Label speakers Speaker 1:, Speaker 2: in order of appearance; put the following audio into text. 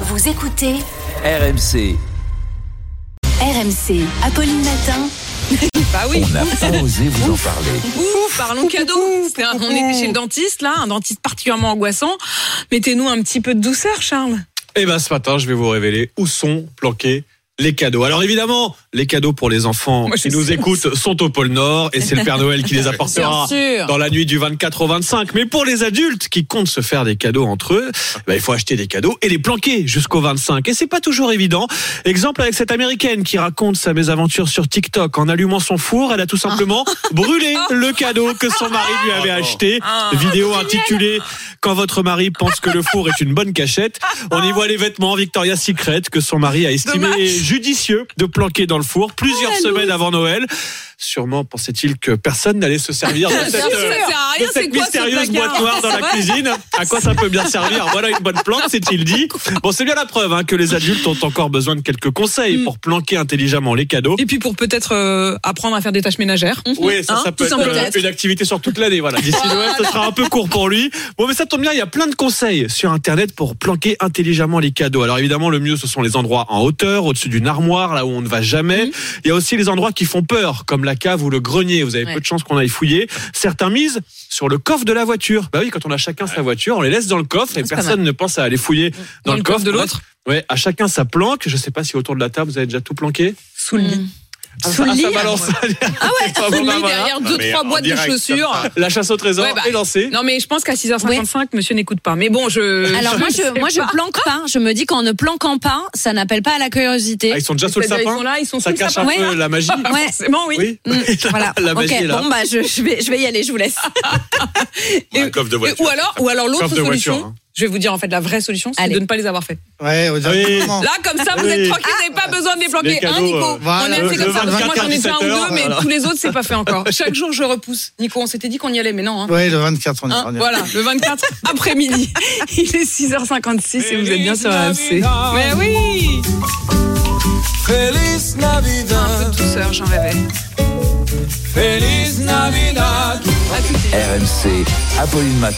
Speaker 1: Vous écoutez
Speaker 2: RMC,
Speaker 1: RMC. Apolline Matin.
Speaker 3: Bah oui.
Speaker 2: on n'a pas osé vous en parler.
Speaker 3: Ouf, parlons cadeau. C'était un- on était chez le dentiste là, un dentiste particulièrement angoissant. Mettez-nous un petit peu de douceur, Charles.
Speaker 4: Eh ben ce matin, je vais vous révéler où sont planqués les cadeaux. Alors évidemment, les cadeaux pour les enfants
Speaker 3: Moi, je
Speaker 4: qui nous
Speaker 3: sais.
Speaker 4: écoutent sont au pôle Nord et c'est le Père Noël qui les apportera
Speaker 3: Bien sûr.
Speaker 4: dans la nuit du 24 au 25. Mais pour les adultes qui comptent se faire des cadeaux entre eux, ben, il faut acheter des cadeaux et les planquer jusqu'au 25. Et c'est pas toujours évident. Exemple avec cette américaine qui raconte sa mésaventure sur TikTok en allumant son four, elle a tout simplement brûlé le cadeau que son mari lui avait acheté.
Speaker 3: Ah.
Speaker 4: Vidéo intitulée Quand votre mari pense que le four est une bonne cachette. On y voit les vêtements Victoria's Secret que son mari a estimé
Speaker 3: Dommage. Oh,
Speaker 4: judicieux de planquer dans le four plusieurs semaines avant Noël. Sûrement pensait-il que personne n'allait se servir de
Speaker 3: Bien
Speaker 4: cette,
Speaker 3: Ah, bah, sûr,
Speaker 4: euh,
Speaker 3: ça sert à
Speaker 4: de
Speaker 3: rien. C'est
Speaker 4: cette
Speaker 3: quoi
Speaker 4: mystérieuse
Speaker 3: ce placard
Speaker 4: boîte noire dans la cuisine. À quoi ça peut bien servir Voilà une bonne planque, c'est-il dit. Bon, c'est bien la preuve hein, que les adultes ont encore besoin de quelques
Speaker 3: Mm.
Speaker 4: conseils pour planquer intelligemment les cadeaux.
Speaker 3: Et puis pour peut-être euh, apprendre à faire des tâches ménagères.
Speaker 4: Oui, ça,
Speaker 3: Hein,
Speaker 4: ça
Speaker 3: tout
Speaker 4: peut être
Speaker 3: simplement.
Speaker 4: euh, une activité sur toute l'année. Voilà. D'ici Noël, ce sera un peu court pour lui. Bon, mais ça tombe bien, il y a plein de conseils sur Internet pour planquer intelligemment les cadeaux. Alors évidemment, le mieux, ce sont les endroits en hauteur, au-dessus d'une armoire, là où on ne va
Speaker 3: Mm.
Speaker 4: jamais. Il y a aussi les endroits qui font peur, comme la cave ou le grenier. Vous avez
Speaker 3: Ouais.
Speaker 4: peu de chances qu'on aille fouiller. Certains misent sur le coffre de la voiture. Bah oui, quand on a chacun sa voiture, on les laisse dans le coffre et
Speaker 3: Ah, c'est pas Mm.
Speaker 4: personne ne pense à aller fouiller dans, le coffre
Speaker 3: de l'autre.
Speaker 4: Ouais, à chacun sa planque. Je sais pas si autour de la table, vous avez déjà tout planqué.
Speaker 3: Sous le lit.
Speaker 4: Ah,
Speaker 3: Sous le
Speaker 4: ça-
Speaker 3: lit,
Speaker 4: ça balance.
Speaker 3: Ah ouais,
Speaker 4: Pas
Speaker 3: sous le
Speaker 4: bon, bah,
Speaker 3: lit
Speaker 4: voilà.
Speaker 3: derrière deux
Speaker 5: Non, mais
Speaker 3: trois
Speaker 5: en
Speaker 3: boîtes
Speaker 5: direct,
Speaker 3: de
Speaker 5: comme
Speaker 3: chaussures.
Speaker 5: ça.
Speaker 4: La chasse au trésor
Speaker 3: Ouais, bah,
Speaker 4: est lancée.
Speaker 3: Non mais je pense qu'à 6h55, monsieur n'écoute pas. Mais bon, je
Speaker 4: Euh,
Speaker 6: Alors moi je
Speaker 3: sais
Speaker 6: moi je
Speaker 3: pas.
Speaker 6: planque pas. Je me dis qu'en ne planquant pas, ça n'appelle pas à la curiosité.
Speaker 4: Ah, ils sont déjà sous le
Speaker 3: C'est-à-dire,
Speaker 4: sapin.
Speaker 3: Ils sont là, ils sont sous
Speaker 4: Ça
Speaker 3: le
Speaker 4: cache
Speaker 3: sapin. Mm.
Speaker 4: un
Speaker 6: sapin.
Speaker 4: peu la magie.
Speaker 6: Ouais.
Speaker 3: Forcément, oui.
Speaker 4: Oui.
Speaker 6: Mm, Voilà.
Speaker 4: La magie
Speaker 6: ok.
Speaker 4: est là.
Speaker 6: Bon bah je, je vais je vais y aller. Je vous laisse.
Speaker 3: Et-
Speaker 5: Un coffre de
Speaker 3: Et-
Speaker 5: voiture.
Speaker 3: ou alors, ou alors l'autre
Speaker 4: Coffre de
Speaker 3: solution.
Speaker 4: voiture, hein.
Speaker 3: Je vais vous dire en fait la vraie solution, c'est
Speaker 6: Allez.
Speaker 3: de ne pas les avoir fait.
Speaker 7: Ouais, au
Speaker 4: Oui.
Speaker 7: directement.
Speaker 3: Là, comme ça, vous
Speaker 4: Oui. Ah.
Speaker 3: êtes tranquille, vous n'avez pas besoin de les planquer.
Speaker 4: Les cadeaux,
Speaker 3: hein, Nico
Speaker 4: euh,
Speaker 7: voilà,
Speaker 3: On est assez
Speaker 7: le-
Speaker 3: comme
Speaker 7: le
Speaker 3: ça. Parce que moi, j'en ai fait un ou
Speaker 4: 24,
Speaker 3: deux, mais
Speaker 4: 17 heures, euh.
Speaker 3: tous les autres, c'est pas fait encore. Chaque jour, je repousse. Nico, on s'était dit qu'on y allait, mais non. hein.
Speaker 7: Ouais, le 24, on est
Speaker 3: Hein,
Speaker 7: on est-
Speaker 3: voilà, le 24 après-midi. Il est 6h56 et vous êtes bien sur AMC. Mais oui
Speaker 8: Feliz
Speaker 3: Un peu de
Speaker 8: Navidad,
Speaker 3: douceur, j'en rêvais.
Speaker 8: Feliz Navidad.
Speaker 3: À tout de suite.
Speaker 2: RMC, Apolline Matin.